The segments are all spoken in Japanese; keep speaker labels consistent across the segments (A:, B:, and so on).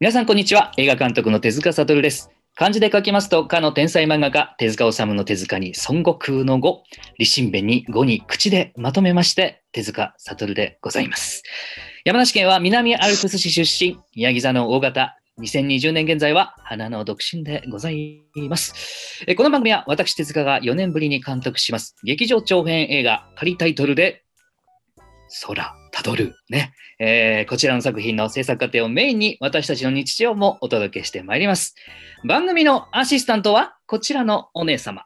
A: 皆さん、こんにちは。映画監督の手塚悟です。漢字で書きますと、かの天才漫画家、手塚治虫の手塚に孫悟空の語、李新弁に語に口でまとめまして、手塚悟でございます。山梨県は南アルプス市出身、宮城座の大型、2020年現在は花の独身でございます。この番組は私手塚が4年ぶりに監督します、劇場長編映画、仮タイトルで、空。たどる、ねえー、こちらの作品の制作過程をメインに私たちの日常もお届けしてまいります。番組のアシスタントはこちらのお姉様。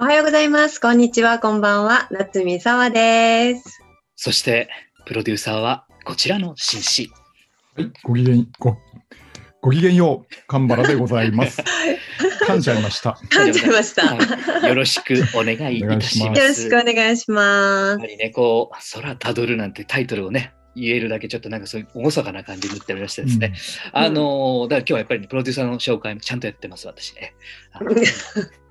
B: おはようございます。こんにちは。こんばんは。夏美沙です。
A: そしてプロデューサーはこちらの紳士。
C: はい、ごきげんごごきげんよう、かんばらでございます。 噛んじゃいました。
B: 噛んじゃいました。
A: はい、よろしくお願いいたします。
B: よろしくお願いします。や
A: はりね、こう、空たどるなんてタイトルをね、言えるだけちょっとなんかそういう厳かな感じに言っておりましてですね。うん、あのー、だから今日はやっぱり、ね、プロデューサーの紹介もちゃんとやってます、私ね。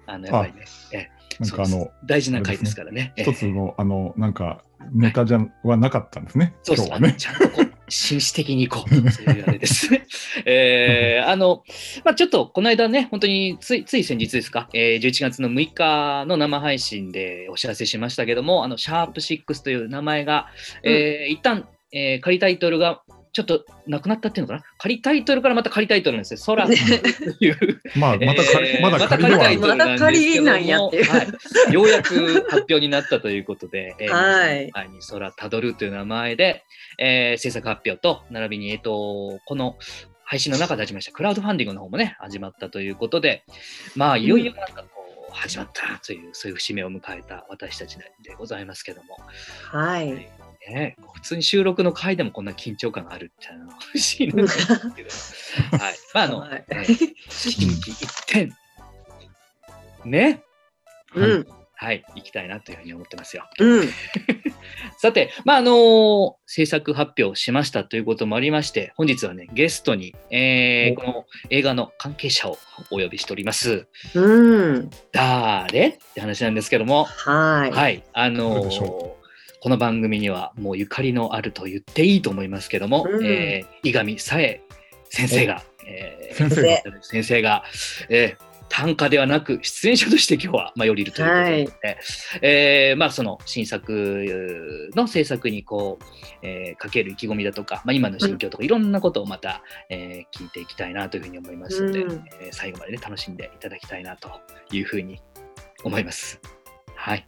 A: あの、やっぱりね。えなんかあの大事な回ですからね。
C: 一、ね、つのあのなんかネタじゃ、はなかったんですね。
A: そうですね。ちゃんとこう紳士的に行こうというあれです ね。え ー、あの、まあ、ちょっとこの間ね、本当についつい先日ですか、えー、11月の6日の生配信でお知らせしましたけども、あのシャープ6という名前が、えー、うん、一旦、えー、仮タイトルがちょっとなくなったっていうのかな仮タイトルからまた仮タイトルなんですよ。空という。。
C: まあ、また仮、えー、まだ仮
B: ではまだ仮なんやっていう、はい
A: ようやく発表になったということで、えー、
B: はい。
A: 前に空たどるという名前で、えー、制作発表と、並びに、えっ、ー、と、この、配信の中で始めましたクラウドファンディングの方もね、始まったということで、まあ、いよいよなんかこう、うん、始まったという、そういう節目を迎えた私たちでございますけども。
B: はい、はい
A: ね、普通に収録の回でもこんな緊張感があるってのは不思議なんですけど、 はい。まあ、あの、はい、心機一転、ね、
B: うん、
A: はい、行きたいなというふうに思ってますよ。
B: うん、
A: さて、まあ、あのー、制作発表しましたということもありまして、本日はね、ゲストに、えー、この映画の関係者をお呼びしております。
B: うん。
A: 誰って話なんですけども、
B: はい。
A: はい、あのーこの番組にはもうゆかりのあると言っていいと思いますけども、うん、えー、井上さえ先生が、
C: えー、先生
A: 先生が、えー、単価ではなく出演者として今日は、まあ、よりいるということで、はい、えー、まあ、その新作の制作にこう、えー、かける意気込みだとか、まあ、今の心境とか、いろんなことをまた、えー、聞いていきたいなというふうに思いますので、うん、 えー、最後まで、ね、楽しんでいただきたいなというふうに思います。はい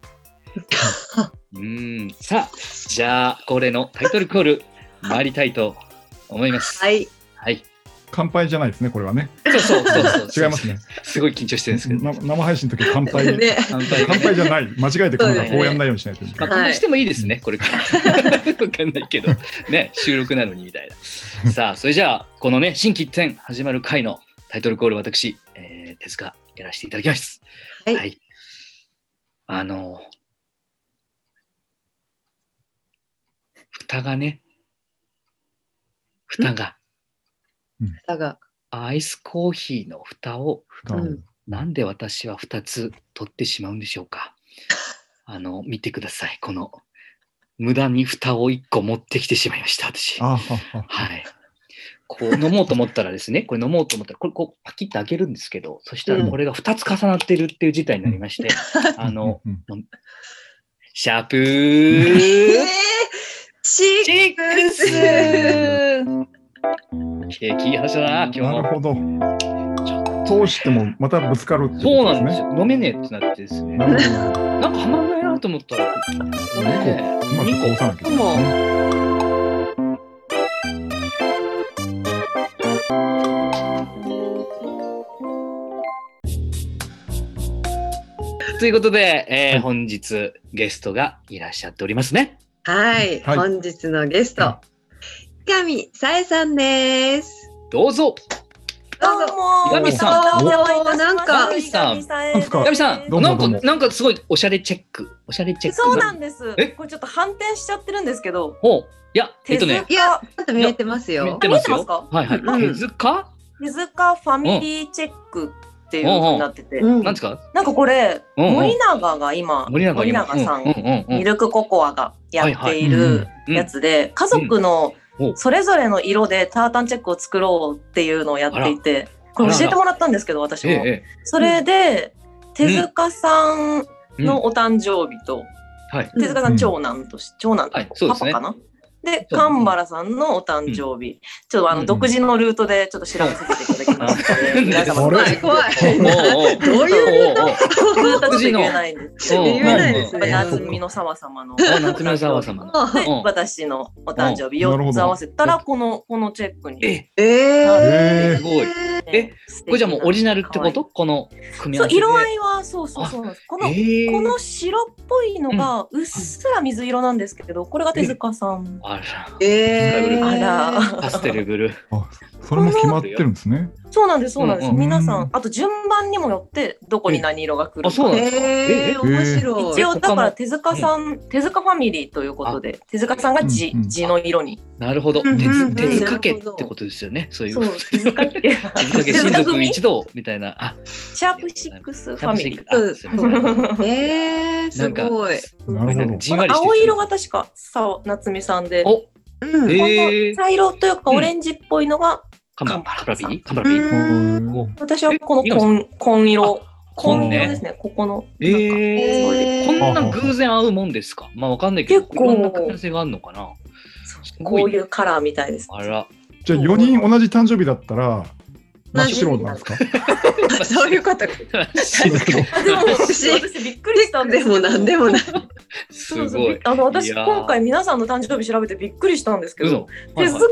A: うんさあ、じゃあ、恒例のタイトルコー ル、参りたいと思います。
B: はい。
A: はい。
C: 乾杯じゃないですね、これはね。
A: そうそうそう
C: そう。違いますね。
A: すごい緊張してるんですけど。
C: 生配信の時乾杯、 ね、乾杯乾杯じゃない。間違えてこうやんないようにしないと。
A: まあ、してもいいですね、これから。 わかんないけど、ね、収録なのにみたいな。さあ、それじゃあ、このね、新規一点始まる回のタイトルコール、私、えー、手塚、やらせていただきます。
B: はい、はい。
A: あの、蓋がね、蓋が、
B: 蓋が、
A: アイスコーヒーの蓋を、うん、なんで私は2つ取ってしまうんでしょうか。あの、見てください。この、無駄に蓋を1個持ってきてしまいました、私。
C: は,
A: はい。こう飲もうと思ったらですね、これ飲もうと思ったら、これこうパキッと開けるんですけど、そしたらこれが2つ重なってるっていう事態になりまして、 うん、あの、シャープー、
B: えーシックス
A: 景気話だな、今日
C: なるほど。通してもまたぶつかるって
A: こと、ね、そうなんですよ。飲めねえってなってですね。なんかはまんないなと思ったら、。
C: これね、2個押さなきゃいけない
A: ということで、えー、はい、本日ゲストがいらっしゃっておりますね。
B: はい、はい、本日のゲスト、はい、上さえさんです。
A: どうぞ。
B: どう
A: も。上さ
B: ん。なんか。
A: 上さん。上さん。なんか、なんかすごいおしゃれチェック。おしゃれチェック。
D: そうなんです。え、これちょっと反転しちゃってるんですけど。
A: ほう。いや、えっとね。
B: いや、ちょっと見えてますよ。
A: 見えてます
D: か。
A: はいはい。手塚。
D: 手塚ファミリーチェック。っていうになってて、
A: なんですか？
D: なんかこれ、森永が今森永さん、ミルクココアがやっているやつで、家族の
A: お
D: それぞれの色でタータンチェックを作ろうっていうのをやっていてこれ教えてもらったんですけど私
A: え
D: も、
A: ええ
D: それで手塚さんのお誕生日と、
A: えはい。
D: 手塚さ
C: うんん
D: 長男とし長男、
A: はいそうで
D: パ
A: す
D: パ
A: ね
D: かな
A: そ
D: で、
A: うですね
D: 神原さんのお誕生日、ちょっとあ
A: うんう
D: の
A: ん
D: 独自のルートでちょっと調べさせていただきましたので、
A: うん
D: 皆様
C: あ
B: 怖
C: れ
B: い怖い。
A: おうおう
B: どういう
A: おうおう
D: またちょっと言えないんです
A: おう
B: 言えないです
D: け
B: ね
D: ど、
B: うん
D: 夏美の沢様の。
A: お夏目沢 様の。
D: で
A: うん
D: 私のお誕生日
C: うんなるほど
D: 4つ合わせたらこのこのチェックに、
A: え、
B: ええ
C: え
A: すごい。えこれじゃあもうオリジナルってことこの組み合わ
D: そう
A: せで。
D: 色合いはそうそうそうなんですこの、
A: ええ
D: この白っぽいのがうっすら水色なんですけどこれが手塚さん、
A: あら、
B: えー、
D: あら、
A: パステルブルー。
C: あ、それも決まってるんですね。
D: そうなんです、そうなんです。
A: うんうん
D: 皆さん、あと順番にもよって、どこに何色が来るか
A: あそうなんですか
B: え
A: え
B: ー、面白い。
D: 一応、
A: 他
D: だ
A: の
D: から手塚さん、手塚ファミリーということで、手塚さんが字
C: うんうん、
D: 字の色に。
A: なるほど。
B: うんうん
A: 手
B: うん
A: 手塚家ってことですよね。そういう。
D: そう、手塚 家。
A: 手塚家
D: 手
A: 親
D: 塚
A: 族
D: 組
A: 一同みたいな。あ、
D: シャープシックスファミリー。
A: あすいません
B: えー、
A: な
B: す
A: んか
B: ごい。
C: なるほど。
A: じんわりしてきてる
D: 青色が確か、さ、夏美さんで。
A: お、
B: うん
A: えー
D: この茶色というか、
A: うん
D: オレンジっぽいのが、
A: カンパラ
D: カンパラ
A: ピーカンパラ
B: う
A: ピー
B: ん
C: お
D: 私はこの
A: えいいの
D: 紺、紺色。紺
A: 紺ね
D: 色ですね、ここの。
A: えー
D: なんかすごいです
B: え
A: こん
B: ー
A: な偶然合うもんですかまあわかんないけど、
D: 結
A: い
D: 構
A: ろんな可能性があるのかなすごい
D: こういうカラーみたいです。
A: あら。
C: じゃあ4人同じ誕生日だったら真っ白なんですか
B: そういうことか。
D: あ でも、私、
B: 私
D: びっくりしたんで
B: です
D: け
B: も
D: ど。
B: 何でもない。
A: す
D: そうそう
A: ご
D: び
A: い。
D: あの私
A: いやー
D: 今回皆さんの誕生日調べてびっくりしたんですけど、
A: 嘘。はい
D: 手
A: は
D: 塚
A: い。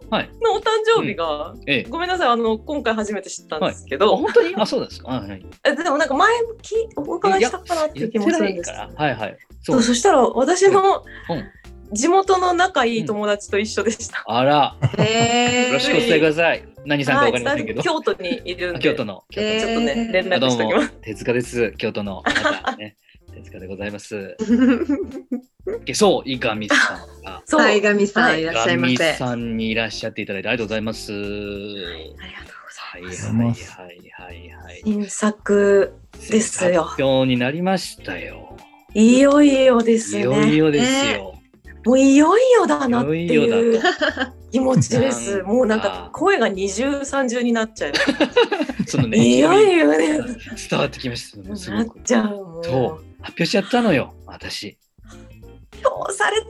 D: さ
A: はい
D: んのお誕生日が、
A: ええ。
D: ごめんなさいあの今回初めて知ったんですけ
A: あ
D: ど、
A: 本当にあ、そうなんですか。はいはい。
D: えでもなんか前もきお伺いしたかなってい
A: 言っ
D: う
A: て
D: 気もす
A: な
D: るん
A: い
D: で
A: か
D: す
A: ら。はいはい。そ
D: そうう。そしたら私の
A: うん
D: 地元の仲いい友達と一緒でした、
A: あら。
B: えー、
A: よろしくお伝えください。何さんかわかりませんけど。
D: 京都にいるん
A: あ
D: で
A: 京都の。京都の
B: えー
D: ちょっとね連
A: あど
D: 絡
A: う
D: しておきます、
A: も手塚です。京都の、また ね、手塚でございます。
B: く
A: そう、伊上さんが。
D: そう、あ
B: い
D: りがとう
B: 神さ
D: は
B: ん
D: い
B: いらっしゃいま
A: 伊上
B: せ。
A: さんにいらっしゃっていただいてありがとうございます。は
D: ご
A: い
D: ざいま
A: はい
D: す、
A: はいはいはい。
D: 新作ですよ
A: 発表になりましたよ。
D: いよいよで
A: い
D: すね
A: よいよですよ。
D: もういよいよだ
A: い
D: なって
A: よいよだ
D: いう
A: と。
D: 気持ちです。
A: なんか
D: もうなんか声が二重三重になっ ちゃう。
A: そのね、
D: いよいよね。
A: 伝わってきましたね。す
D: な
A: ご
D: っ
A: く。
D: ちゃうもう。
A: そう、発表しちゃったのよ、私。
D: 評された。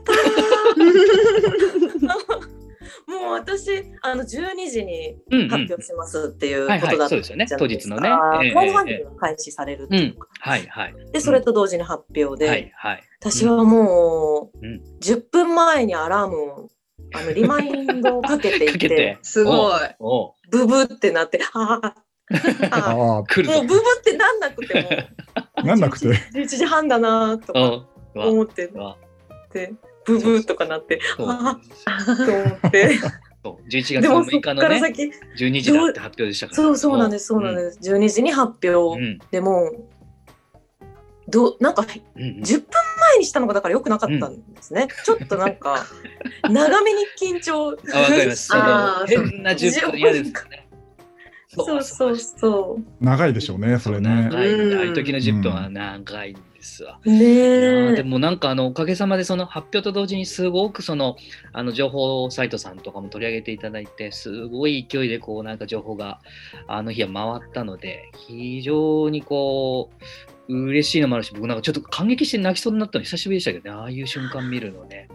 D: もう私あの十二時に
A: うんう
D: 発
A: ん。
D: 表しますっていう
A: はい
D: こ
A: は
D: とだ
A: い、そ
D: った
A: うですよね。当日のね。ええ
D: ライブ配
A: ええ
D: 信が開始されるって
A: う
D: いうんか。
A: はいはい。
D: でそれと同時に発表で、
A: はいはい。
D: 私はもう
A: うん
D: 十分前にアラームをあのリマインドをかけてい
A: かけて
D: て。。
B: すごい。
A: おう。おう
D: ブブってなって、あー
C: あ
D: あ
C: あ
A: 来
D: ー、
A: る
D: もう
A: ぞ。
D: ブブってなんなくても。
C: なんなくて
D: 11時半だなとか
A: うん。わ
D: 思って
A: わ
D: てブブーとかなって
A: そう
D: ああと思って
A: そう11月
D: でも
A: の
D: そっ
A: 6
D: か
A: 日の
D: ら
A: ね、
D: 先
A: 12時だって発表でしたから。
D: そうそうなんですそうなんです12時に発
A: うん。う
D: 表
A: ん
D: でもどなんか10
A: うんうん
D: 分前にしたのがだから良くなかったんですねちょっとなんか 長めに緊張
A: あ、わかります。そ
B: あ
A: の
B: ーそう
A: 変な10分嫌ですよね。
D: そうそうそ
C: 長いでしょうねそれね。
A: 長いんだ。
B: うん
A: ああいう時の10分は長いんですわ。
D: う
A: いやーで
D: ねえ
A: もなんかあのおかげさまでその発表と同時にすごくそのあの情報サイトさんとかも取り上げていただいてすごい勢いでこうなんか情報があの日は回ったので非常にこう嬉しいのもあるし僕なんかちょっと感激して泣きそうになったの久しぶりでしたけどねああいう瞬間見るのね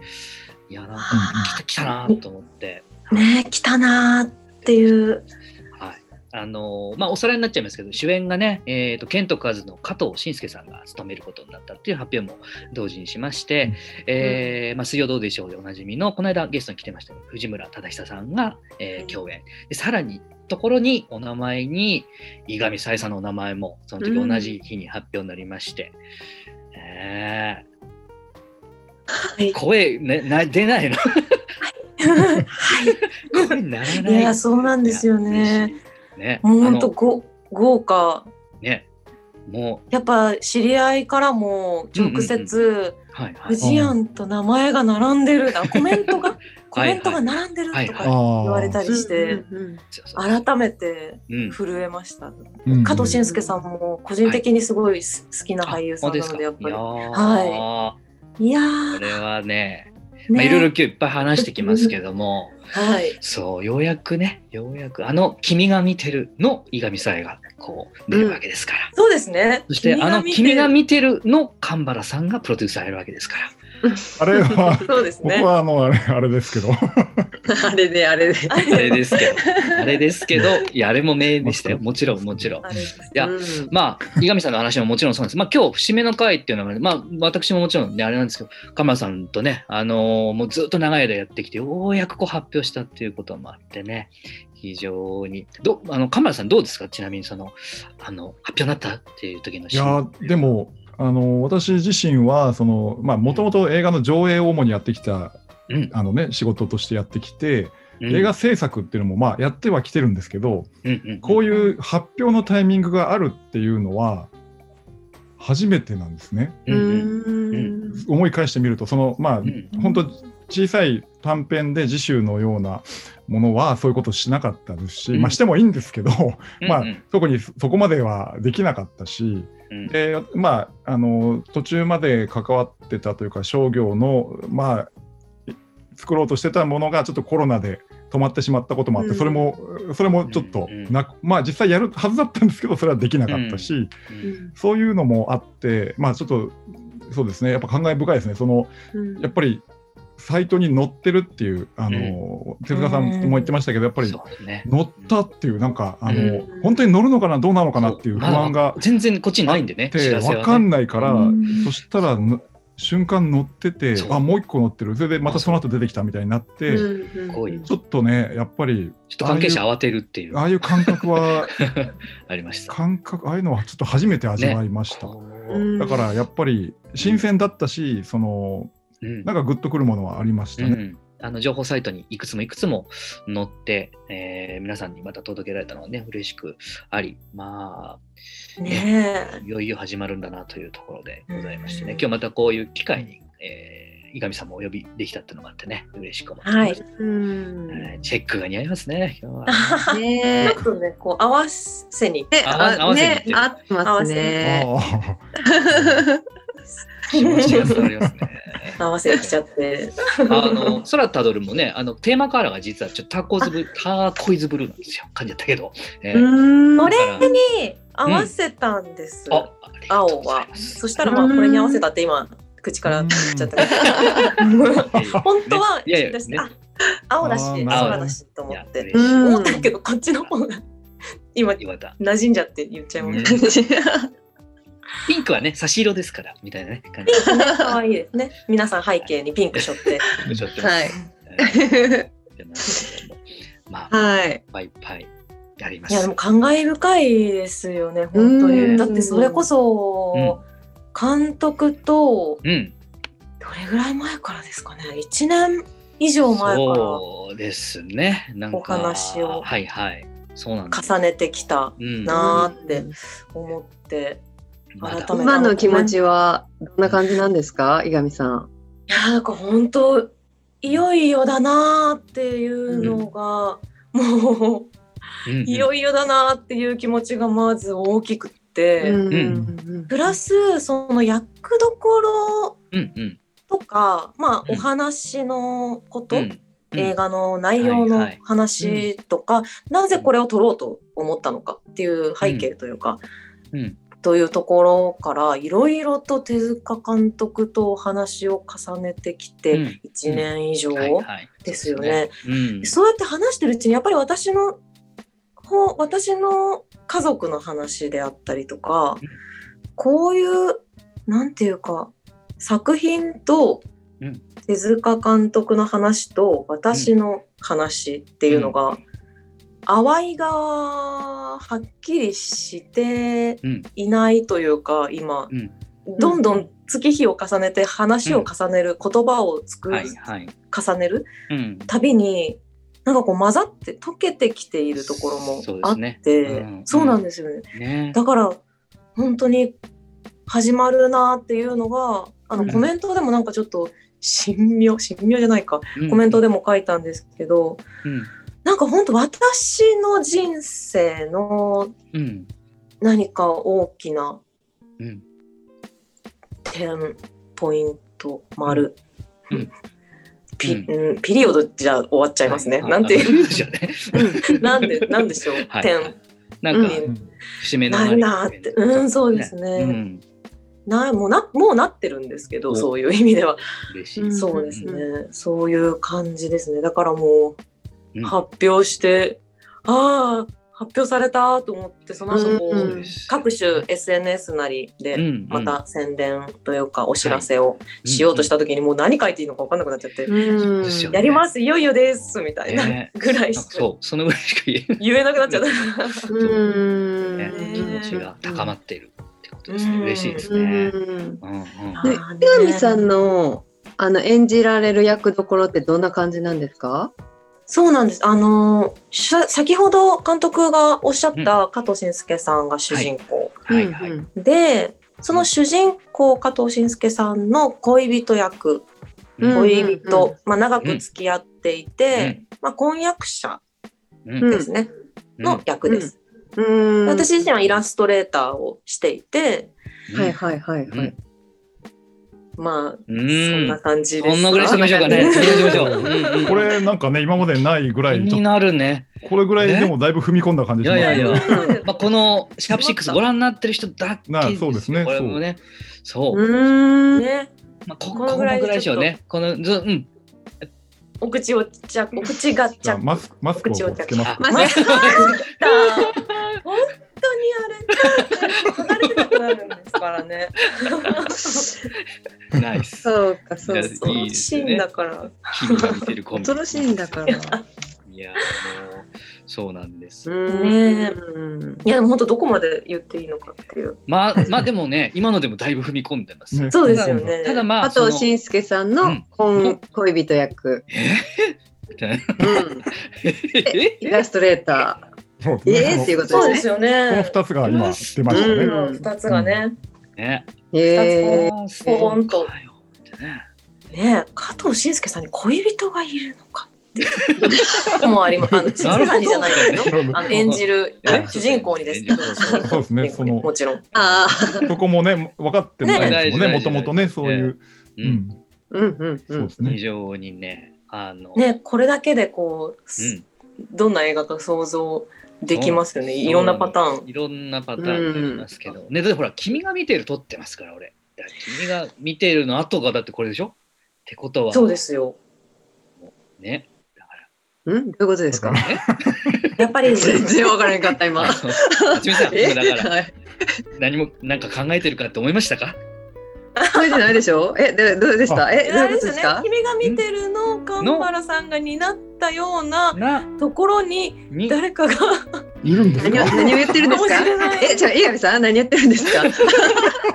A: いやなんか来た来たなーと思って
D: ねえ来たなーっ ていう
A: はいあのーまあおさらいになっちゃいますけど主演がねえーとケントカズの加藤信介さんが務めることになったっていう発表も同時にしまして、
C: うん
A: えーまあ、水曜どうでしょうでおなじみのこの間ゲストに来てました、藤村忠久さんが、え
D: う
A: ー
D: ん
A: 共演でさらにところにお名前に伊上沙絵さんのお名前もその時
B: うん
A: 同じ日に発表になりまして、え
D: い
A: ー声、ね、な出ないの
D: はい
A: 声ならない
D: いやそうなんですよね
A: いや嬉しいね
D: もう
A: あ
D: ほんと
A: の
D: ご豪華
A: ねもう
D: やっぱ知り合いからも直接
A: はい
D: 「
A: は
D: 不
A: い
D: 二庵」と名前が並んでるなコメン トがコメントが並んでる
A: はい
D: と
A: は
C: あ
A: い
D: か
C: ー
D: 言われたりして
B: うんうんうん
A: そうそうそう
D: 改めて
A: うん
D: 震えました
C: うん
D: 加藤慎介さんも個人的にすごいす好きな俳優さんなのでやっぱ
A: あ
D: り
A: 本当ですかいやー
D: いや
A: これ
D: ー
A: はね、まあ、いろいろ今
D: ね
A: 日いっぱい話してきますけども、
D: はい。
A: そう、ようやくね、ようやく、あの、君が見てるの伊上さえが、こう、出るわけですから。
D: そうですね。
A: そして、あの、
D: 見て
A: 君が見てるの神原さんがプロデューサーやるわけですから。
C: あれは、
D: そうです
C: 僕
D: ね。
C: はあの、あれあれですけど、
B: あれであれで。
D: あ
A: あれですけど、あれですけど、いや、あれも名でしたよ。もちろん、もちろん。
D: あれです
A: いや
B: うん
A: まあ、伊上さんの話ももちろんそうなんです。まあ、今日、節目の回っていうのは、まあ、私ももちろんね、あれなんですけど、神原さんとね、あのーもうずっと長い間やってきて、ようやくこう発表したっていうこともあってね、非常に。どあの神原さん、どうですかちなみに、その、あの、発表になったっていう時の
C: い
A: シーン
C: やでもあの私自身はそのまあもともと映画の上映を主にやってきた
A: うん
C: あのね仕事としてやってきて、
A: うん
C: 映画制作っていうのもまあやってはきてるんですけど
A: うんうん
C: こういう発表のタイミングがあるっていうのは初めてなんですね
A: うんうん
B: うん
C: 思い返してみるとそのまあ
A: うん
C: 本当小さい短編で次週のようなものはそういうことしなかったですし、
A: うん
C: まあしてもいいんですけど、まあ
A: うんうん
C: 特にそこまではできなかったし、
A: うん
C: でまああの途中まで関わってたというか商業のまあ作ろうとしてたものがちょっとコロナで止まってしまったこともあって、
D: うん
C: それもそれもちょっと
A: うんうん
C: なく、まあ実際やるはずだったんですけどそれはできなかったし、
A: うん
C: そういうのもあってまあちょっとそうですねやっぱ感慨深いですねそのやっぱりサイトに載ってるっていうあの、手塚さんも言ってましたけどやっぱり
A: そうですね
C: 乗ったっていう、なんか、あの、
B: うん
C: 本当に乗るのかな、どうなのかなっていう不安が
A: まあ全然こっちにないんで
C: あ
A: ね
C: っ、
A: 知
C: て、
A: らせは、ね。
C: わかんないから、
D: うん
C: そしたらの、瞬間乗ってて
A: そ、う
C: あ、もう一個乗ってる。それで、またその後出てきたみたいになって、
A: こういう
C: ちょっとね、やっぱり、
A: ちょっと関係者慌てるっていう、
C: あ
A: あ
C: あいう感覚は、
A: りました。
C: 感覚、ああいうのはちょっと初めて味わいました。
A: こう
B: うん
C: だから、やっぱり、新鮮だったし、その、
A: うん
C: なんかグッとくるものはありました
A: う
C: ね。
A: んあの情報サイトにいくつもいくつも載って、えー皆さんにまた届けられたのはね嬉しくありま
D: ね
A: あいよいよ始まるんだなというところでございましてね
D: うん
A: 今日またこういう機会に、えー、井上さんもお呼びできたっていうのもあってね嬉しく思ってます、
B: うん
A: えーチェックが似合いますね今日 は。
D: え。
B: ね
D: ちょっとね、こう合わせに。
B: ね
A: 合わ合
B: あ
A: わせにいっ
B: ね
A: てる
B: 合ってますね。
C: あ
A: 気持ちが伝わりますね
D: 合わせに来ちゃって。
A: あの空たどるもねあのテーマカラーが実はちょっとターコイズブルーターコイズブルーなんですよ感じだったけど、えー
B: うん
D: こ
A: だから
D: れに合わせたんです。
A: あありがとう
D: 青
A: ござい
D: は
A: ま。す
D: そしたらまあこれに合わせたって今口から出ちゃったけど。 本当は
A: ねいやいや
D: 出して
A: ね
D: あ青だし
C: あーなるほど
D: 空だしと思っ
A: い
D: て
A: や嬉しい
D: 思ったけどこっちの方が今馴
A: よかった
D: 染んじゃって言っちゃいまし
A: ねピンクはね、差し色ですから、みたいなね、 感じ
D: た。ね可愛いですね。皆さん背景にピンク背負って。
A: で。ちょっと、
B: はい
A: えーってなるけどもまあ、いっ
B: はい。
A: ぱいいっぱいありま
D: いやですも。感慨深いですよね本当
A: うん
D: に。だってそれこそ監督と
A: うん、
D: どれぐらい前からですかね。一年以上前か
A: そうですね。なんか、
D: お話を
A: はいはい。そうなんです。
D: ら重ねてきた
A: うん、
D: なーって思って。
A: まだ
D: 改め
B: 今の気持ちはどんな感じなんですか、井上さん。
D: いやーなんか本当いよいよだなーっていうのが、もう
A: うんうん
D: いよいよだなーっていう気持ちがまず大きくって、
B: うん
D: プラスその役どころ
A: うんうん
D: とかまあ
A: うん
D: お話のこと、
A: うんうん
D: 映画の内容
A: はい
D: の
A: はい
D: 話とか、なぜこれを撮ろうと思ったのかっていう背景というか、
A: うん
D: というところからいろいろと手塚監督とお話を重ねてきて
A: うん
D: 1年以上。
A: はいはい
D: ですよね。
A: そうですね
D: そうやって話してるうちにやっぱり私のほ私の家族の話であったりとか
A: うん
D: こういうなんていうか作品と
A: うん
D: 手塚監督の話と私の話っていうのが淡いがはっきりして
A: うん
D: いないというか今
A: うん
D: どんどん月日を重ねて話を重ねる言葉を作
A: うん。
D: る
A: はいはい。
D: 重ねる
A: うん。
D: たびになんかこう混ざって溶けてきているところも
A: そうで
D: あっ
A: すね
D: てそう,、
A: うん
D: なんですよね
A: ね。
D: だから本当に始まるなっていうのがあ
A: うん
D: のコメントでもなんかちょっと神妙神妙じゃないか
A: うん
D: コメントでも書いたんですけど、
A: うん
D: なんか本当私の人生の
A: うん
D: 何か大きな
A: うん
D: 点ポイント丸、
A: うん
D: ピ,、うん、ピリオドじゃ終わっちゃいますね。なんて
A: あピリオ
D: い
A: ド
D: う
A: じゃね。
D: うんなんでなんでしょう
A: はい
D: 点
A: なんか
D: う、
C: うん
A: 節目の
D: なんだってうんそうですね
A: うん、
D: なもうなもうなってるんですけ
A: お
D: どそういう意味では、
A: 嬉しい。
B: うん
D: そうですね、そういう感じですねだからもう、
A: うん
D: 発表してああ発表されたと思ってその後こう、
B: うん
A: そうです
D: 各種 SNS なりで、
A: うんうん
D: また宣伝というかお知らせをしようとした時にもう何書いていいのか分かんなくなっちゃって「
A: そうですよね
D: やりますいよいよです」みたいな
A: ね
D: ぐらい
A: なん
D: し
A: か
D: か
A: そう、そのぐらいしか言え
D: 言えなくなっちゃった。
B: うーん
A: ない、ね。気持ちが高まっているってことですね。
D: うん
A: 嬉しいです
B: う
A: ね。うん
B: ん。
A: うん。
B: で
D: あーね
B: 江上さんのあの演じられる役どころってどんな感じなんですか？
D: そうなんです。あのしゃ先ほど監督がおっしゃった加藤慎介さんが主人公、
A: はいはい。
B: うん
D: で、その主人公加藤慎介さんの恋人役、
B: うん
D: 恋人、
B: うんうん
D: まあ長く付き合っていて、まあ婚約者
A: うんうん
D: ですね、
A: うん
D: の役です、
B: うん。
D: 私自身はイラストレーターをしていて、
B: はいはいはいはい。
D: まあ
A: う
D: そん
A: ん
D: な。感じですか。
A: こんなぐらいしてみましょうかね。 そんなにしましょううんうん
C: これなんかね今までないぐらい
A: 気
C: ち
A: に
C: ょっ
A: なるね。
C: とこれぐらいでもだいぶ踏み込んだ感じします
A: いやいやいや
D: うん
A: まあ、このシャープ6ご覧になってる人だけ
C: なそうですね
A: これもね、そう。
B: うー ん。
D: ね、
A: まあ、ここ
D: こ
A: の
D: の
A: ぐ
D: ぐら
A: ら
D: い
A: い
D: で
A: でしょうね。このずうん。
D: お口をちっちゃく、お口がちっち
C: じゃ
D: ゃ
C: あ
D: く。
C: マスクマスクをこうつけます
A: あ
B: まあ
D: マスクだ 本当にあれ、離れてなくなるんですからね。
A: ナイス。
B: そうかそうか。
A: いやいいですよね
D: シーンだから。
A: 君が見てるコンビ。
B: 恐ろしいんだか
A: い
B: ら。
A: や、もうそうなんです。
B: うん
D: いや、でも本当どこまで言っていいのかっていう。
A: まあ、まあ、でもね、今のでもだいぶ踏み込んでます。
C: ね
D: そうですよね。
A: ただ、まあ、
B: 加
A: その
B: 藤慎介さん
A: う
B: の
A: ん
B: 婚恋人役、うん
A: え
B: イラストレータ
C: そう
B: ー、
C: です
B: えー、
C: ね
B: っていうこと
D: そう
B: で
D: ですす
B: ね。
D: よ
C: この二
D: ね。
C: つが今出
B: う
C: ましたね
B: ん。
D: この二つがね。
A: ね。
B: え
A: あーそう
D: ポーンと。
A: かよってね
D: ねえ、加藤慎介さんに恋人がいるのかって。もうあります。あの、慎介さんにじゃないけど。あの演じる
A: え
D: 主人公にですけど。
A: そう
C: そうですねその
D: もちろん。
B: ー、ああ、
C: そこもね分かってないですもんね
A: ね
C: もともとねそういう、
A: う。
C: うんん、
B: うんうんう
C: そうんです
A: 非
C: ね。
A: 常にね、あの。
D: ね、これだけでこ
A: う
D: う、
A: ん
D: どんな映画か想像できますよね。いろんなパターン。
A: いろんなパターンがありますけど、ねだってほら君が見てる撮ってますから俺だから君が見てるの後がだってこれでしょってことは
D: そうですよ。
A: ねだから
B: うん、どういうことですか
C: だ。
D: やっ ぱり。
B: 全然わからなかった今。
A: あちみさん
B: え
A: 今だから
B: はい
A: 何もなんか考えてるかって思いましたか
B: 覚えてないでしょ。え、でどうでした。え、どう
D: あ
B: いう
D: れ
B: こ
D: で
B: と
D: す
B: です
D: よね
B: か。
D: 君が見てるのを神原さんが担ったような
A: な
D: ところに
A: に
D: 誰かが
C: いるんで
B: 何を何を言ってるんですか
D: 面白。い
B: え、じゃあ江上さん何やってるんですか。
D: な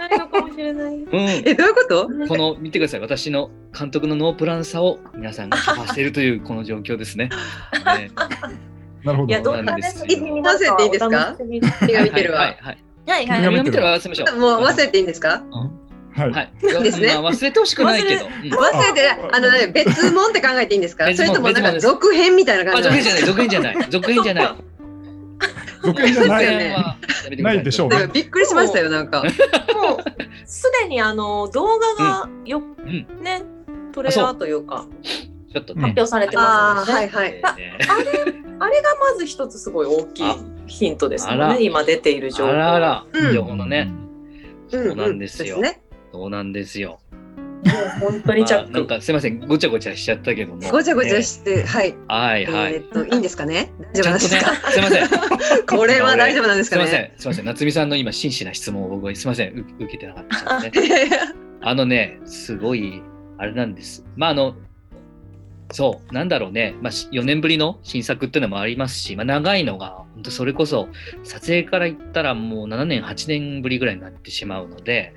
D: るのかもしれない。
A: う
B: え、どういうこと？
A: んこの見てください私の監督のノープランさを皆さんがカバーしているというこの状況 ですね。ね
C: なるほ
D: いや
C: ど。
D: どんなね
A: そうなんですよ
D: 作品になるか
B: 見せていいですか
D: お楽しみに は
B: 君が見てる
A: は
B: わ
A: い。はい
D: い
A: はい。
D: は
A: 君
D: い。
A: が見てるは合わせましょう。
B: もう忘れていいんですか。
C: はい。
A: はい。
B: ですね
A: まあ忘れてほしくないけど。うん
B: 忘れてあのね別物って考えていいんですか。
A: 別
B: そ
A: 物
B: れともなん
A: 別物
B: か
A: です
B: 続編みたいな
A: あ
B: 感じ
A: 続
B: なの
A: 編じゃない続編じゃない続編じゃ ない。
C: 続編じゃな
B: そうですよ
C: い。
B: ね
A: はやめてくださ
C: ないでしょう
B: なんかびっくりしましたよなんか。
D: もうすでにあの動画がよ
A: ん
D: ねトレーラーというか
A: ちょっと
C: う
A: ね
C: ん。
D: 発表されて
B: あ
D: ま
B: あ
D: すの
B: はい
D: でね。
B: はい。
A: ね
D: あれあれがまず一つすごい大きいヒントです
A: あ
D: よ
A: ら
D: ね。今出ている情
A: あ
D: 報。
A: らあら
B: うん
A: 情報のね。そうなんですよ
B: う。ね。
A: そうなんですよ。
D: もう本当にチャ
A: まあ
D: ッ
A: なん
D: ク。
A: かすいませんごちゃごちゃしちゃったけども。
B: ごちゃごちゃ
A: ね
B: してはい。
A: はい
B: え
A: はい。
B: ーっといいんですかね。大
A: ち
B: 丈夫
A: ゃ
B: なんんで
A: と
B: す
A: ね
B: か。、
A: すいませ ん、
B: これは大丈夫なんです
A: すい
B: か
A: ませ
B: ね。
A: ん、すいません、夏美さんの今真摯な質問を僕はすいません、う受けてなかった ですね。
B: う
A: あのね、すごい、あれなんです。まあ、あの、そう、なんだろうね、まあ、し4年ぶりの新作っていうのもありますし、まあ、長いのが、本当それこそ、撮影から言ったらもう7年、8年ぶりぐらいになってしまうので、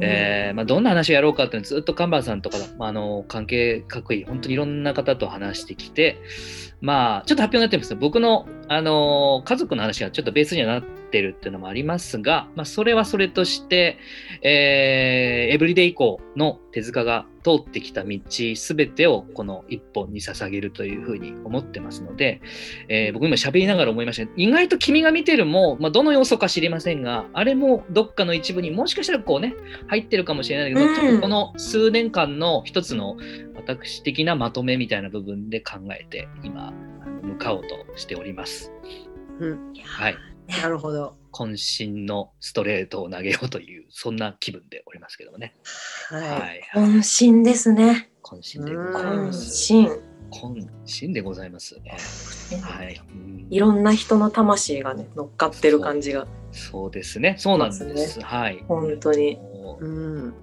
A: えーまあ、どんな話をやろうかっていうのをずっとカンバーさんとか、まあ、あの関係各位本当にいろんな方と話してきて、まあ、ちょっと発表になってるんですけど僕のあのー家族の話がちょっとベースにはなってるっていうのもありますが、まあ、それはそれとして、えーエブリデイ以降の手塚が通ってきた道すべてをこの一本に捧げるというふうに思ってますので、えー僕今喋りながら思いましたけど意外と「君が見てるも」まあ、どの要素か知りませんがあれもどっかの一部にもしかしたらこうね入ってるかもしれないけど、
D: うん
A: ちょっとこの数年間の一つの私的なまとめみたいな部分で考えて今あの向かおうとしております。
B: うん
A: はい、
B: なるほど。
A: 渾身のストレートを投げようというそんな気分でおりますけどもね。
B: は
A: はい、
D: 渾身ですね。
A: 渾身でございます。
D: 渾
A: 渾身でございます。
D: 身。
A: はい、うん
D: いろんな人の魂がね乗っかってる感じが。
A: そうですね。そうなん
D: そう
A: で。
D: ですす
A: はい。
D: 本当に
A: も
B: い。うん。
A: うもう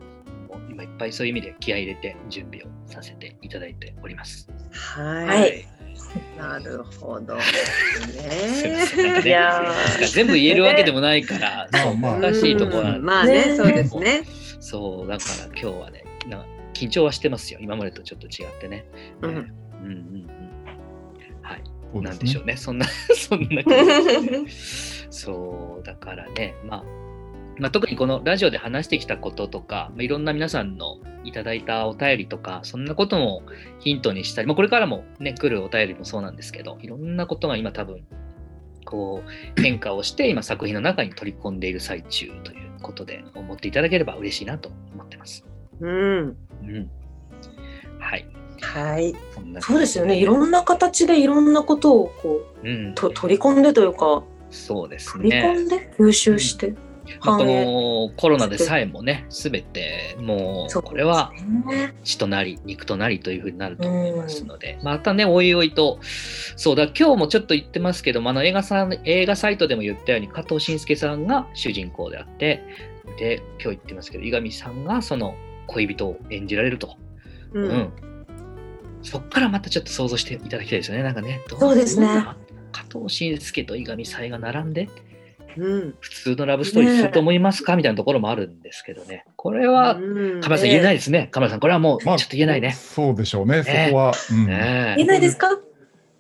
A: 今いっぱいそういう意味で気合い入れて準備をさせていただいております。
B: はい。
D: はい
B: なるほ ど。
A: すいま
B: ね
A: せんなんかね
D: いや
A: なんか全部言えるわけでもないから、
C: まあ
A: そう
C: まあ
A: 難しいところは
B: うんまあね
D: ね
B: そうですね。
A: そうだから今日はね、なんか緊張はしてますよ。今までとちょっと違ってね。
B: うん
A: うんうんうん。はい。
C: そう
A: なん
C: す
A: でしょ
C: ね
A: うね、そんな、 そんな感じでそう、だからね、まあ、まあ、特にこのラジオで話してきたこととか、まあ、いろんな皆さんのいただいたお便りとか、そんなこともヒントにしたり、まあ、これからもね、来るお便りもそうなんですけど、いろんなことが今多分、こう、変化をして、今作品の中に取り込んでいる最中ということで、思っていただければ嬉しいなと思ってます。
B: うん。
A: うん。はい。
B: はい。
A: そんな
D: そうですよね。いろんな形でいろんなことをこう
A: うん。
D: と取り込んでというか
A: そうですね。
D: 取り込んで吸収して。
A: まあ、こ
D: 反映
A: のコロナでさえもね、すべても
D: そ
A: う
D: う
A: これは
D: ね
A: 血となり肉となりというふうになると思いますので、またね、おいおいと、そうだ、今日もちょっと言ってますけども、あの映画さん映画サイトでも言ったように、加藤慎介さんが主人公であって、で、今日言ってますけど、伊上さんがその恋人を演じられると。
B: う。
A: うんんそっからまたちょっと想像していただきたいですよね、なんかね。ど
D: そうですね。
A: 加藤慎介と伊上さえが並んで
B: うん。
A: 普通のラブストーリーすると思いますか、みたいなところもあるんですけどね。これは、カメ
B: うん
A: ラさん言えないですね。カメラさん、これはもうちょ
C: ま
A: っ
C: あ
A: と言えないね。
C: そうでしょうね、そ
A: ね
C: こは。うん
A: ねえ
D: 言えないですか？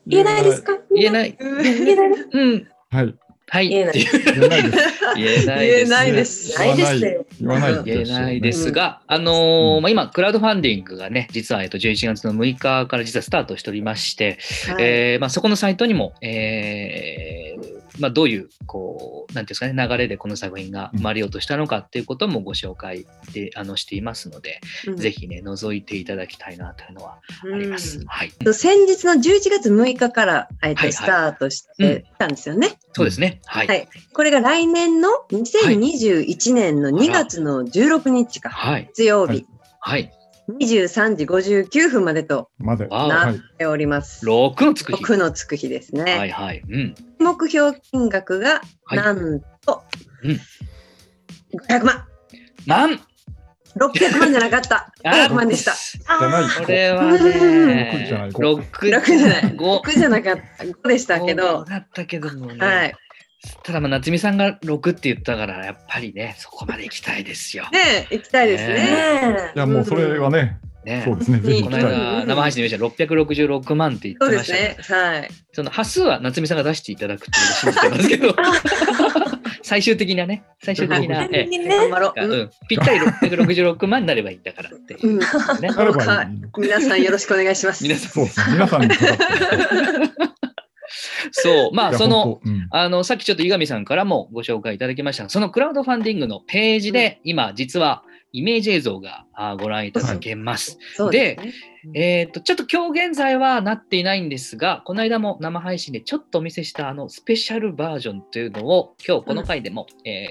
D: 言えないですか？
A: 言えない。
D: 言えない。
A: うん。
C: はい。
A: はい。
D: 言えない
A: っていう
C: 言えないです。
A: 言えない
B: 言え
A: です。
B: ないで
D: 言
B: す。
D: えないですよ。
C: 言わな
A: 言
C: い
A: え
C: でしょうね
A: ないですが、あのーまあ、今、クラウドファンディングがね、実は、えっと、11月の6日から実はスタートしておりまして、
B: はい
A: えーまあ、そこのサイトにも、えーまあ、どういうこうなんていうんですかね流れでこの作品が生まれようとしたのかっていうこともご紹介であのしていますので、ぜひね覗いていただきたいなというのはあります。
B: うん
A: はい、
B: と先日の11月6日から、え
A: はい
B: っ
A: は
B: と
A: い
B: スタートしてたんですよね。
A: そうですね。はい、
B: は
A: はいい、
B: これが来年の2021年の2月の16日か、
A: はい、
B: 月曜日、
A: はい、
B: 23時59分までと
C: まで。
A: わお
B: な
C: は
B: っ
C: い。
B: ております。
A: 六のつく日。
B: 6のつく日ですね。
A: はい、はい、うん、
B: 目標金額が
A: はい
B: なんと、
A: うん
B: 500万
A: なん、
B: 600万じゃなかった
A: あ
B: 500万でした。
C: じゃない。
A: これは
C: 六じゃな
A: ね
C: い、
A: 六
B: 6じゃない
A: 五
B: 6じゃなかった5でしたけ
A: 五
B: ど、
A: だったけどもね。
B: はい、
A: ただまあ夏美さんが6って言ったからやっぱりねそこまで行きたいですよ。
B: ねえ行きたいです
A: ね
B: ね。
D: ね
C: いや、もうそれはね、
A: ね
C: そうですね、ぜひ
A: この
C: 行きたい。
A: 間生配信で見ました666万って言
B: そ
A: っ
B: う
A: て
B: で
A: まし
B: す
A: たね
B: ね。はい。
A: その端数は夏美さんが出していただくっていうのを信じてますけど最終的なね最終的な、
D: え。
A: え
D: に
B: 頑
D: ね。
B: 張ろ
A: え
B: う。
A: うん、ぴったり666万になればいいんだからっていう、ね
C: なればいいのか。
B: 皆さんよろしくお願いします。
A: 皆
C: そうですね、皆さんにかかってる。
A: そう ま
C: い
A: あ
C: や
A: その、
C: 本当うん
A: あの、さっきちょっと井上さんからもご紹介いただきましたが、そのクラウドファンディングのページで、今、実はイメージ映像があご覧いただけます。
B: そうですね。
A: えっと、ちょっと今日現在はなっていないんですが、この間も生配信でちょっとお見せしたあのスペシャルバージョンというのを、今日この回でも、え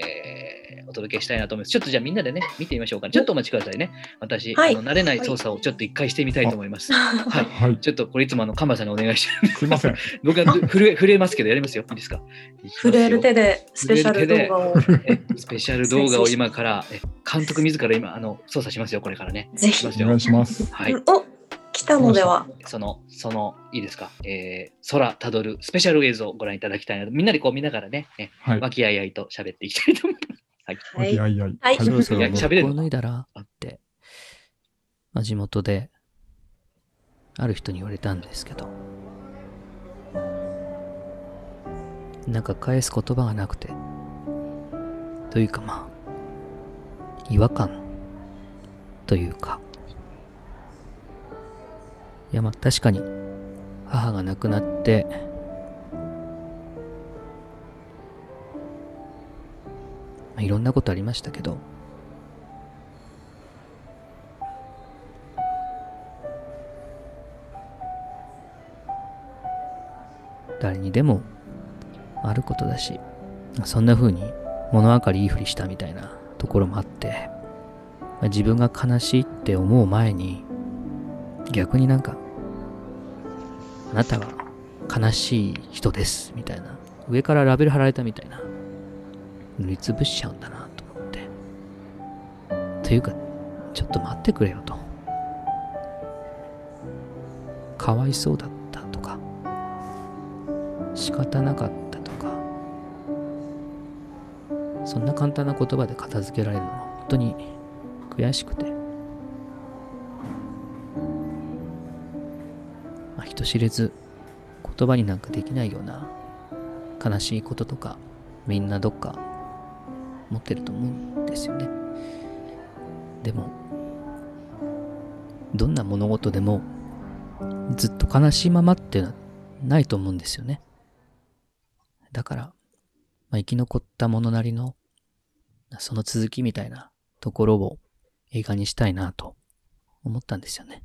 A: ーお届けしたいなと思います。ちょっとじゃあみんなでね、見てみましょうか。ちょっとお待ちくださいね。私、
D: はい
A: あの慣れない操作をちょっと一回してみたいと思い ます。はい。
C: はい、
A: ちょっとこれいつもあの、カンバさんにお願いして
C: すいません。
A: 僕が震え震えますけどやりますよ。いいですかいきますよ
D: 震える手でスペシャル動画を
A: えスペシャル動画を今からえ監督自ら今あの操作しますよこれからね。
D: ぜ
A: し
D: ひ
A: ま。す
C: お願
A: よ
C: い。します。
A: はい。
D: お来たのでは。
A: そのそのいいですか。えー、空たどるスペシャル映像をご覧いただきたいなとみんなでこう見ながらね、え
C: はい。
A: 和気あいあいと喋っていきたいと思います。
B: はいい。
C: やいやいや。
D: はい
C: そろそ
A: い
C: ろ
A: や喋れる
E: を
A: の
E: 脱いだらって、まあ、地元である人に言われたんですけどなんか返す言葉がなくて。というかまあ、違和感というか。いやまあ確かに、母が亡くなって、まあ、いろんなことありましたけど、誰にでもあることだし、そんな風に物分かりいいふりしたみたいなところもあって、まあ自分が悲しいって思う前に、逆になんか、あなたが悲しい人です、みたいな。上からラベル貼られたみたいな。塗りつぶしちゃうんだな、と思って。というか、ちょっと待ってくれよと。かわいそうだったとか、仕方なかったとか、そんな簡単な言葉で片付けられるのは本当に悔しくて。まあ、人知れず言葉になんかできないような悲しいこととかみんなどっか持ってると思うんですよね。でもどんな物事でもずっと悲しいままっていうのはないと思うんですよね。だから、まあ、生き残ったものなりのその続きみたいなところを映画にしたいなと思ったんですよね。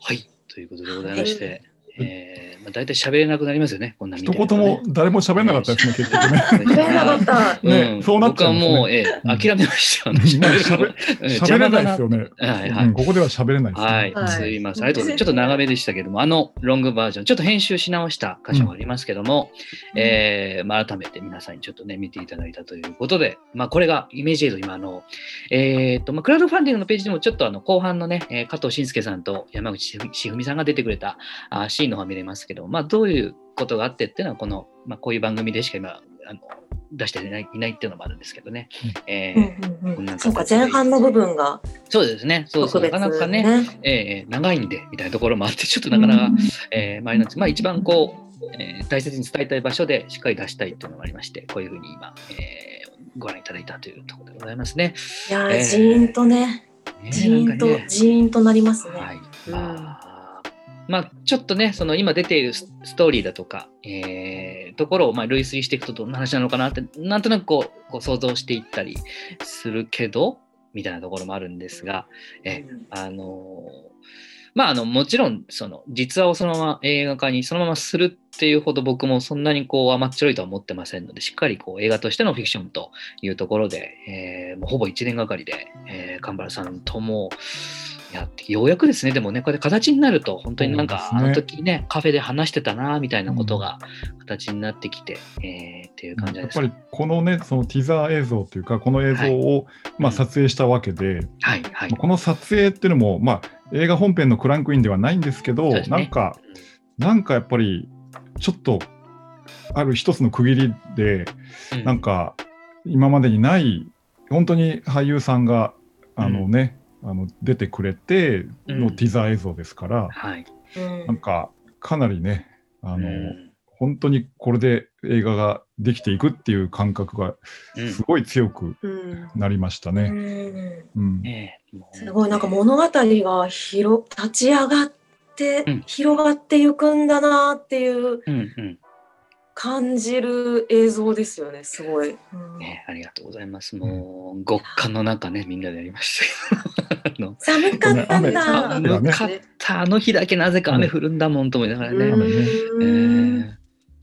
A: はい。ということでございまして、えーまあ、大体喋れなくなりますよね、こんな
C: 一言も誰も喋んなかったですね、結局ね。
D: 喋れなかった。
C: ねそうなっちゃうんですね
A: 僕はもう、ええ
C: うん
A: 諦めましたよね。
C: まあ喋
A: うん
C: 喋れないですよね。
A: 邪魔だなはいはい
C: うんここでは喋れないですね。
A: はい、
B: はい
A: すいません。ありがとうございます。ちょっと長めでしたけども、あのロングバージョン、ちょっと編集し直した箇所もありますけども、えーまあ、改めて皆さんにちょっとね、見ていただいたということで、まあ、これがイメージエイド、今あの、えーっと、まあ、クラウドファンディングのページでもちょっとあの後半のね、えー加藤慎介さんと山口しふみさんが出てくれたあーシーンの方が見れますけど、まあ、どういうことがあってっていうのは、この、まあ、こういう番組でしか今、あの出していないいないっていうのもあるんですけどね。えー
D: うんうん
A: こん
D: う
A: なん形
D: そうか前半の部分が
A: そうですね。そうそ
D: 特
A: う。
D: 別
A: なかなかね、えー長いんでみたいなところもあって、ちょっとなかなか、えー、まああれなんですまあ、一番こう、えー大切に伝えたい場所でしっかり出したいというのがありまして、こういうふうに今、えーご覧いただいたというところでございますね。
D: いや
A: えー
D: ージーンとね
A: ね
D: ジーンと
A: なんかね
D: ジーンとなりますね。
A: はい。まあ、まあ、ちょっとね、その今出ているスストーリーだとか、えーところをまあ類推していくとどんな話なのかなって、なんとなくこうこう想像していったりするけど、みたいなところもあるんですが、え
D: うん
A: あのまああのもちろんその実話をそのまま映画化にそのままするっていうほど僕もそんなにこう甘っちょろいとは思ってませんのでしっかりこう映画としてのフィクションというところで、えーもうほぼ1年がかりで、えー、神原さんともやってようやくですねでもねこれ形になると本当になんか、
C: そうですね
A: あの時ねカフェで話してたなみたいなことが形になってきて、えーっていう感じ
C: や
A: なん
C: っ
A: ですか
C: ぱりこのね、そのティザー映像というか、この映像を、まあ、撮影したわけで、
A: はいはい。
C: この撮影っていうのも、まあ、映画本編のクランクインではないんですけど、
A: そうですね
C: なんか、なんかやっぱり、ちょっと、ある一つの区切りで、
A: う
C: なんか今までにない本当に俳優さんがあのね、あの出てくれてのティザー映像ですから、
A: はい。
D: うん
C: なんかかなりねあ
A: あ
C: の、本当にこれで映画ができていくっていう感覚がすごい強く
B: うん
C: なりました
D: う
C: ね。
D: ん
C: うん
D: すごいなんか物語が広立ち上がって、
A: うん
D: 広がっていくんだなっていう
A: うんうん
D: 感じる映像ですよねすごい。うん
A: ね、ありがとうございます。もう、極寒の中ね、みんなでやりましたけどあの
D: 寒かったん
A: あ
D: だ。
C: 雨がね
A: 寒かった、 あの日だけなぜか雨降るんだもんと思いながらね。えー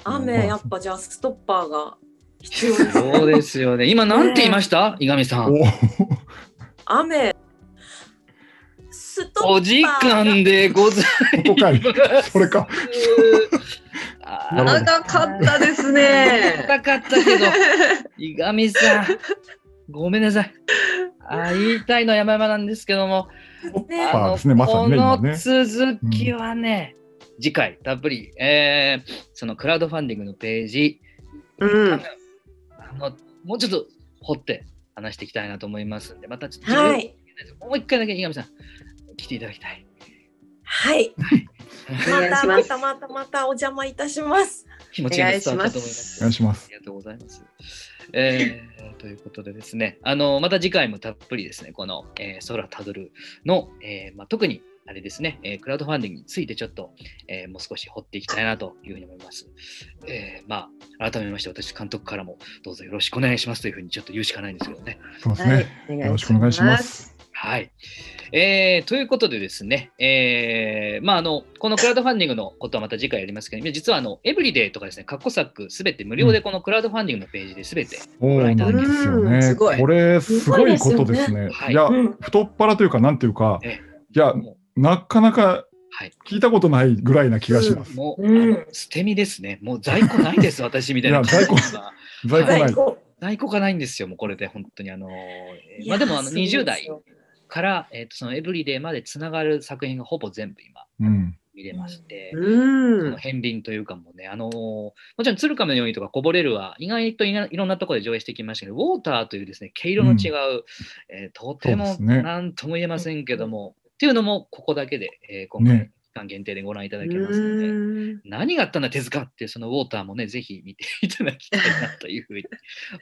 D: 雨やっぱじゃあストッパーが必 要です
A: そうですよね。今なんて言いました、伊上さん。
C: お
D: 雨ストッパーが
A: お時間でござい
C: ここかい
A: ます。
C: それか。
A: あー。
C: なる
B: 長かったです
A: 高
B: ね。
A: かったけど。いがみさん、ごめんなさい。あ言いたいのは山々なんですけども、
D: ね
C: まあですねまさにね
A: こ
C: 今
A: の
C: ね
A: 続きはね、次回たっぷり、えーそのクラウドファンディングのページ、
B: うん。
A: あのもうちょっと掘って話していきたいなと思いますんで、またちょっと、
D: はい
A: もう一回だけ、いがみさん、来ていただきたい。
D: はい
B: お願い
D: ま
B: したま
D: ますたまたまたお邪魔いたします。
A: 気持ちが伝わったと思います。
C: お願いします
A: ありがとうございます。えーということでですね、あのまた次回もたっぷりですね、この、えー空たどるの、えーまあ、特にあれですね、えークラウドファンディングについてちょっと、えーもう少し掘っていきたいなというふうに思います。えーまあ、改めまして、私、監督からもどうぞよろしくお願いしますというふうにちょっと言うしかないんですけどね。
C: そうですね、
B: はい
C: よろしくお願いします。
A: はい。えーということでですね、えーまあ、あの、このクラウドファンディングのことはまた次回やりますけど、実はあの、エブリデイとかですね、過去作すべて無料でこのクラウドファンディングのページで全て、
C: そうなんですよ
B: うん
C: ね。
B: すごい
C: これすごいことですね。
A: はい
C: い、や、
D: うん
C: 太っ腹というかなんていうか、
A: え
C: いや
A: もう
C: なかなか
A: はい
C: 聞いたことないぐらいな気がします。
A: もう、
D: うん
A: あの捨て身ですね。もう在庫ないです、 私みたいな。
C: いや在庫
A: が
C: 在庫
A: は
C: ない
D: 最。高
A: 在庫がないんですよ、もうこれで本当に。あのーえー
D: い
A: ま
D: や
A: あでもあの
D: そうですよ
A: 20代から、えー、とそのエブリデイまでつながる作品がほぼ全部今
C: うん。
A: 見れまして。
B: う
A: そ
B: ん
A: の。片鱗というかもうね、あのーもちろん「鶴亀のように」とか「こぼれる」は意外といないろんなところで上映してきましたけど「ウォーター」というですね毛色の違う、えーとて
C: そう
A: も
C: ですね
A: 何とも言えませんけども、っていうのもここだけで、えー今回
C: ね
A: 期間限定でご覧いただけますので、
B: うん
A: 何があったんだ手塚っていうそのウォーターもねぜひ見ていただきたいなというふう に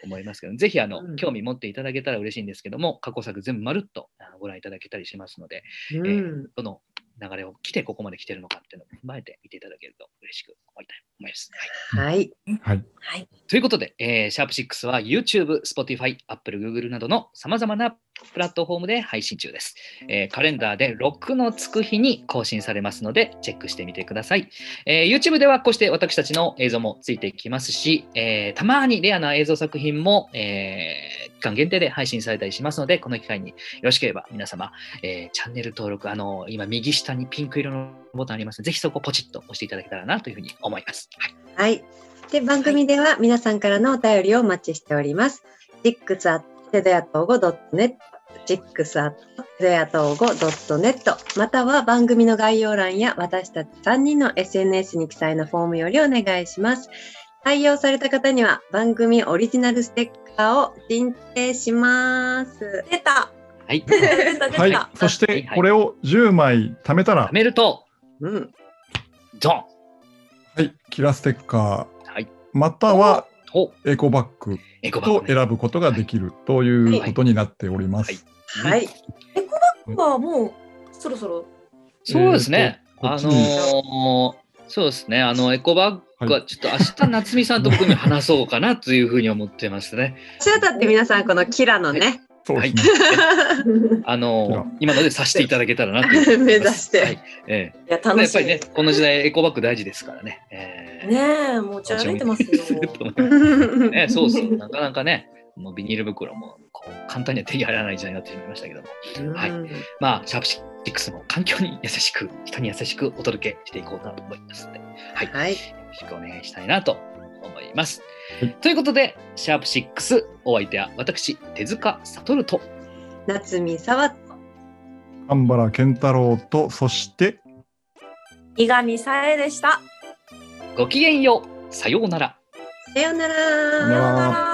A: 思いますけどぜひあの、
B: うん
A: 興味持っていただけたら嬉しいんですけども過去作全部まるっとあのご覧いただけたりしますので
B: うん。
A: どの流れを来てここまで来てるのかっていうのを踏まえて見ていただけると嬉しく思いたい思います。はい
B: はい。
C: はい。
D: はい
A: ということで、えー、シャープ6は YouTube、Spotify、Apple、Google などのさまざまなプラットフォームで配信中です、えーカレンダーで6のつく日に更新されますので、チェックしてみてください。えー YouTube ではこうして私たちの映像もついてきますし、えーたまにレアな映像作品も、えー期間限定で配信されたりしますので、この機会によろしければ皆様、えーチャンネル登録、あの今右下にピンク色のボタンありますので、ぜひそこをポチッと押していただけたらなというふうに思います。はい
B: はい。で、番組では皆さんからのお便りをお待ちしております。ジックスアットテドヤトーゴドットネット、ジックスアットテドヤトーゴドットネット、または番組の概要欄や私たち3人の SNS に記載のフォームよりお願いします。採用された方には番組オリジナルステッカーを申請します。
D: 出
A: は
D: た
A: い。
D: 出た出た、
C: はい。そし
A: はい
C: て
A: はい
C: これを10枚貯めたら
A: 貯、めると、
B: うん。
A: ドン
C: はい、キラステッカ
A: はい。
C: ーまたは
A: と、
C: エコバッグ
A: エコバッ
C: と
A: グね、
C: 選ぶことができるということになっております。
B: はい。
D: はもうそろそ ろ
A: そうですね。
C: えーとこ
A: あ
C: っち
A: の
C: に
A: ーそうですね。あの、エコバッグはちょっと明日、夏美さんと僕に話そうかなというふうに思ってますね。
B: それだって皆さんこのキラのね、
C: そうですね。
A: あの
C: う
A: 今ので察していただけたらなと いう
B: 目指して
A: はいえ
D: いや
A: え
D: 楽
A: やっ
D: し
A: ぱ
D: い
A: りね
D: ね
A: この時代エコバッグ大事ですからね。ええ
D: え持ち歩いて ますよ
A: ね、そうそう、なかなかね、もうビニール袋もこう簡単には手に入らない時代になってしまいましたけども、はいまあ、シャープシックスも環境に優しく、人に優しくお届けしていこうと思いますので、はい、よ
B: はい。
A: ろしくお願いしたいなと思います
C: はい。
A: ということで、シャープシックスお相手は私、手塚悟と、
B: 夏美さわ
C: 神原健太郎と、そして、
D: 伊神さえでした
A: ごきげんよう、さようなら。
B: さようなら
C: さようなら
D: さようなら